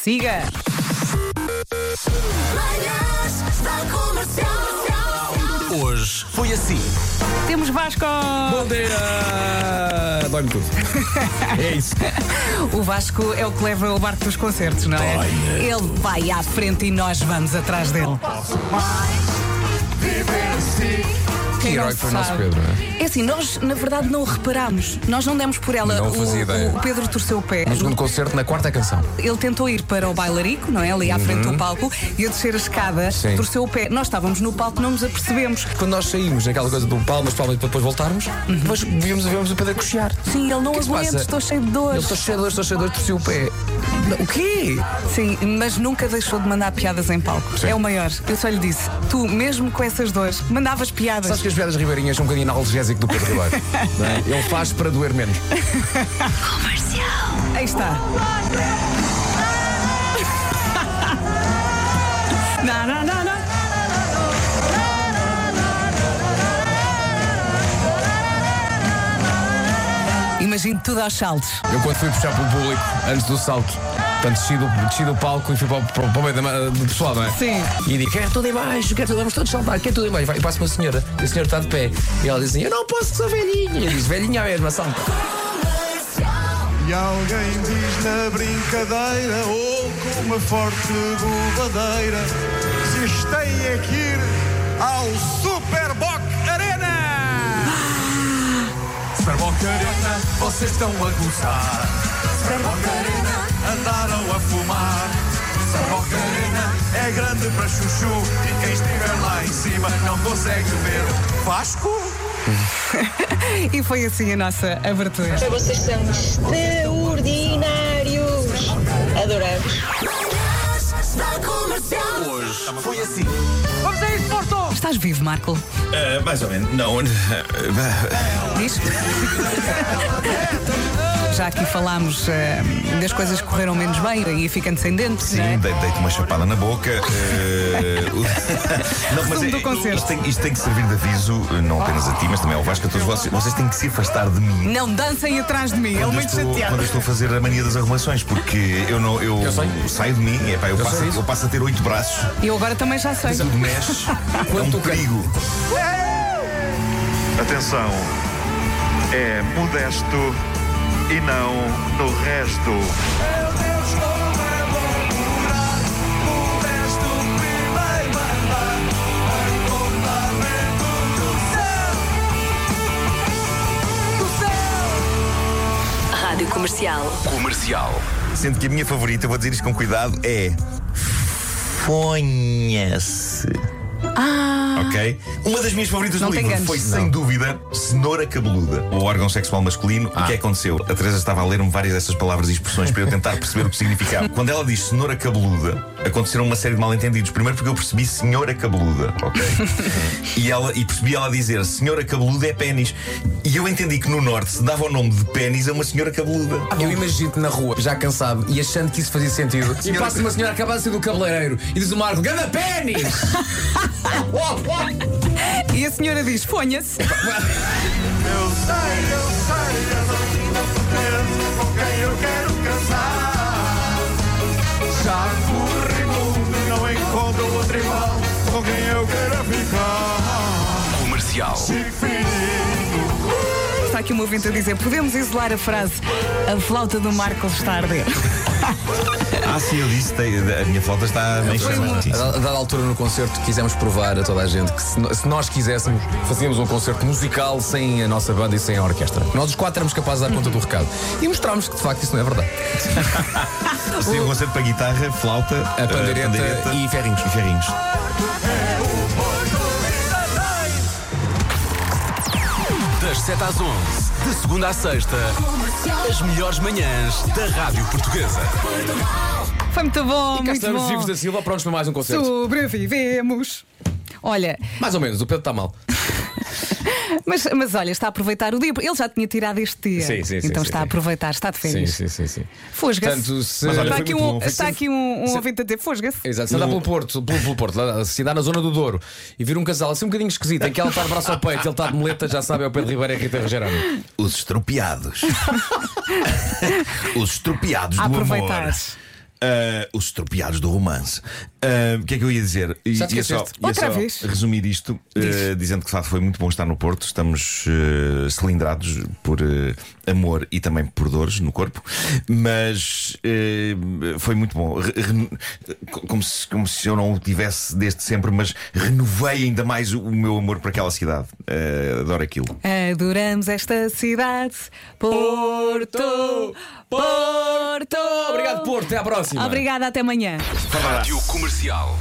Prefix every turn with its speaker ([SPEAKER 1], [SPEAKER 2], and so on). [SPEAKER 1] Siga!
[SPEAKER 2] Manhãs da Comercial.
[SPEAKER 3] Hoje foi assim.
[SPEAKER 1] Temos Vasco!
[SPEAKER 3] Bom dia! Dói-me tudo. É isso.
[SPEAKER 1] O Vasco é o que leva o barco dos concertos, não é?
[SPEAKER 3] Olha.
[SPEAKER 1] Ele vai à frente e nós vamos atrás dele.
[SPEAKER 3] Que
[SPEAKER 1] Quem não
[SPEAKER 3] herói foi o nosso
[SPEAKER 1] sabe?
[SPEAKER 3] Pedro, não é?
[SPEAKER 1] É assim, nós na verdade não o reparámos. Nós não demos por ela.
[SPEAKER 3] Não
[SPEAKER 1] o,
[SPEAKER 3] fazia ideia.
[SPEAKER 1] o Pedro torceu o pé.
[SPEAKER 3] No segundo concerto, na quarta canção.
[SPEAKER 1] Ele tentou ir para o bailarico, não é? Ali à frente do palco e a descer a escada
[SPEAKER 3] Uhum. Sim.
[SPEAKER 1] torceu o pé. Nós estávamos no palco, não nos apercebemos.
[SPEAKER 3] Quando nós saímos naquela coisa do palmas, palmas, para depois voltarmos, depois vimos, vimos o Pedro coxear.
[SPEAKER 1] Sim, ele não
[SPEAKER 3] que se
[SPEAKER 1] aguenta,
[SPEAKER 3] passa?
[SPEAKER 1] estou cheio de dor.
[SPEAKER 3] Ele está cheio de dor, estou cheio de dor, torci o pé. Não, O quê?
[SPEAKER 1] Sim, mas nunca deixou de mandar piadas em palco.
[SPEAKER 3] Sim.
[SPEAKER 1] É o maior. Eu só lhe disse, tu, mesmo com essas dores, mandavas piadas.
[SPEAKER 3] Sabes que as piadas ribeirinhas são um bocadinho analgésico do Pedro Ribeiro. não é? Ele faz para doer menos.
[SPEAKER 1] Aí está. Não, não, não, não. Imagino tudo aos saltos.
[SPEAKER 3] Eu quando fui puxar pelo público, antes do salto, portanto, desci do, desci do palco e fui para, o- para, o- para o meio da ma- do pessoal, não é?
[SPEAKER 1] Sim.
[SPEAKER 3] E digo, quer tudo em baixo, quer tudo, vamos todos saltar, quer tudo em baixo. E passa uma senhora, e a senhora está de pé. E ela diz assim, eu não posso, sou velhinha. E diz, velhinha mesmo, salta.
[SPEAKER 4] E alguém diz na brincadeira ou com uma forte borradeira: vocês têm é que ir ao Superboc Arena! Ah! Superboc Arena, vocês estão a gozar. Superboc Arena, andaram a fumar. Superboc Arena é grande para chuchu e quem estiver lá em cima não consegue ver. Vasco?
[SPEAKER 1] E foi assim a nossa abertura.
[SPEAKER 5] Vocês são extraordinários. Adoramos.
[SPEAKER 2] Manhãs da Comercial.
[SPEAKER 1] Estás vivo, Marco?
[SPEAKER 6] Eh, mais ou menos, não.
[SPEAKER 1] Diz? Já aqui falámos eh, das coisas que correram menos bem e ficando sem dentes, não é?
[SPEAKER 6] Sim, dei- dei-te uma chapada na boca. eh, o- não,
[SPEAKER 1] Resumo do
[SPEAKER 6] eh,
[SPEAKER 1] concerto.
[SPEAKER 6] Isto, tem, isto tem que servir de aviso, eh, não apenas a ti, mas também ao Vasco, a todos vocês. Vocês têm que se afastar de mim.
[SPEAKER 1] Não dancem atrás de mim, é
[SPEAKER 6] Quando eu,
[SPEAKER 1] muito
[SPEAKER 6] estou,
[SPEAKER 1] chateado.
[SPEAKER 6] quando eu estou a fazer a mania das arrumações, porque eu não eu,
[SPEAKER 3] Eu sei.
[SPEAKER 6] saio de mim, epá, eu,
[SPEAKER 3] Eu
[SPEAKER 6] passo,
[SPEAKER 3] sei isso.
[SPEAKER 6] eu passo a ter oito braços,
[SPEAKER 1] Eu agora também já sei.
[SPEAKER 6] tudo mexe, é um
[SPEAKER 3] tu can-
[SPEAKER 6] perigo.
[SPEAKER 4] Atenção, é modesto e não no resto.
[SPEAKER 7] Rádio Comercial.
[SPEAKER 6] Sendo que a minha favorita, vou dizer isto com cuidado, é. Fonha-se. Ah. Ok? Uma das minhas favoritas
[SPEAKER 1] Não
[SPEAKER 6] do
[SPEAKER 1] tem
[SPEAKER 6] livro
[SPEAKER 1] gancho.
[SPEAKER 6] foi, sem dúvida, cenoura cabeluda. O órgão sexual masculino. O que é que aconteceu? A Teresa estava a ler-me várias dessas palavras e expressões para eu tentar perceber o que significava. Quando ela diz cenoura cabeluda, aconteceram uma série de mal-entendidos. Primeiro porque eu percebi senhora cabeluda, ok? e, ela, e percebi ela dizer senhora cabeluda é pênis. E eu entendi que no Norte se dava o nome de pênis a uma senhora cabeluda.
[SPEAKER 3] Eu imagino-te na rua, já cansado e achando que isso fazia sentido. E passa uma senhora acabada de sair do cabeleireiro e diz o Marco: Ganda pênis!
[SPEAKER 1] E a senhora diz: ponha-se.
[SPEAKER 4] Eu sei, eu sei, és a linda potente com quem eu quero casar. Já corri mundo, não encontro outro igual com quem eu quero ficar. Comercial. Chico Fininho.
[SPEAKER 1] Está aqui um ouvinte a dizer: podemos isolar a frase, a flauta do Marco está a arder.
[SPEAKER 6] Ah, sim, eu disse, tem- a minha flauta está bem chamada.
[SPEAKER 3] A da- a dada altura no concerto, quisemos provar a toda a gente que se, no- se nós quiséssemos, fazíamos um concerto musical sem a nossa banda e sem a orquestra. Nós os quatro éramos capazes de dar conta do recado. E mostrámos que de facto isso não é verdade.
[SPEAKER 6] Sim, um concerto para guitarra, flauta,
[SPEAKER 3] A
[SPEAKER 6] eh,
[SPEAKER 3] pandeireta e ferrinhos.
[SPEAKER 6] E ferrinhos.
[SPEAKER 8] Das 7 às 11, de segunda à sexta, as melhores manhãs da Rádio Portuguesa.
[SPEAKER 1] Foi muito bom,
[SPEAKER 3] Cá
[SPEAKER 1] muito
[SPEAKER 3] estamos, Vivos da
[SPEAKER 1] bom.
[SPEAKER 3] Silva, prontos para mais um concerto.
[SPEAKER 1] Sobrevivemos. Olha,
[SPEAKER 3] Mais ou menos, o Pedro está mal.
[SPEAKER 1] mas, mas olha, está a aproveitar o dia. Ele já tinha tirado este dia.
[SPEAKER 3] Sim, sim, sim,
[SPEAKER 1] então
[SPEAKER 3] sim,
[SPEAKER 1] está a
[SPEAKER 3] sim.
[SPEAKER 1] aproveitar, está de férias.
[SPEAKER 3] sim, sim.
[SPEAKER 1] Fosga-se.
[SPEAKER 3] Portanto, se-
[SPEAKER 6] Mas olha,
[SPEAKER 1] está,
[SPEAKER 6] foi
[SPEAKER 1] aqui
[SPEAKER 6] muito
[SPEAKER 1] um,
[SPEAKER 6] bom.
[SPEAKER 1] está aqui um, um
[SPEAKER 3] Se-
[SPEAKER 1] ouvinte a dizer: fosga-se.
[SPEAKER 3] Exato, se andar pelo Porto, pelo, pelo Porto, lá- se andar na zona do Douro e vir um casal assim um bocadinho esquisito, em que ela está de braço ao peito, ele está de muleta, já sabe, é o Pedro Ribeiro e a Rita Rogerano.
[SPEAKER 6] Os estropiados. Os estropiados
[SPEAKER 1] A
[SPEAKER 6] do amor.
[SPEAKER 1] aproveitar.
[SPEAKER 6] Ah, os estropiados do romance. Ah, O que é que eu ia dizer? E-
[SPEAKER 3] Já te
[SPEAKER 6] ia só,
[SPEAKER 3] esqueceste?
[SPEAKER 6] ia
[SPEAKER 1] Outra
[SPEAKER 6] só
[SPEAKER 1] vez.
[SPEAKER 6] resumir isto, ah, dizendo que de facto foi muito bom estar no Porto. Estamos ah, cilindrados por ah, amor e também por dores no corpo, mas ah, foi muito bom. Re- re- como, se, como se eu não o tivesse desde sempre, mas renovei ainda mais o meu amor para aquela cidade. Ah, adoro aquilo.
[SPEAKER 1] Adoramos esta cidade, Porto, Porto.
[SPEAKER 3] Obrigado, Porto. Até à próxima.
[SPEAKER 1] Obrigada, até amanhã.
[SPEAKER 8] Rádio Comercial.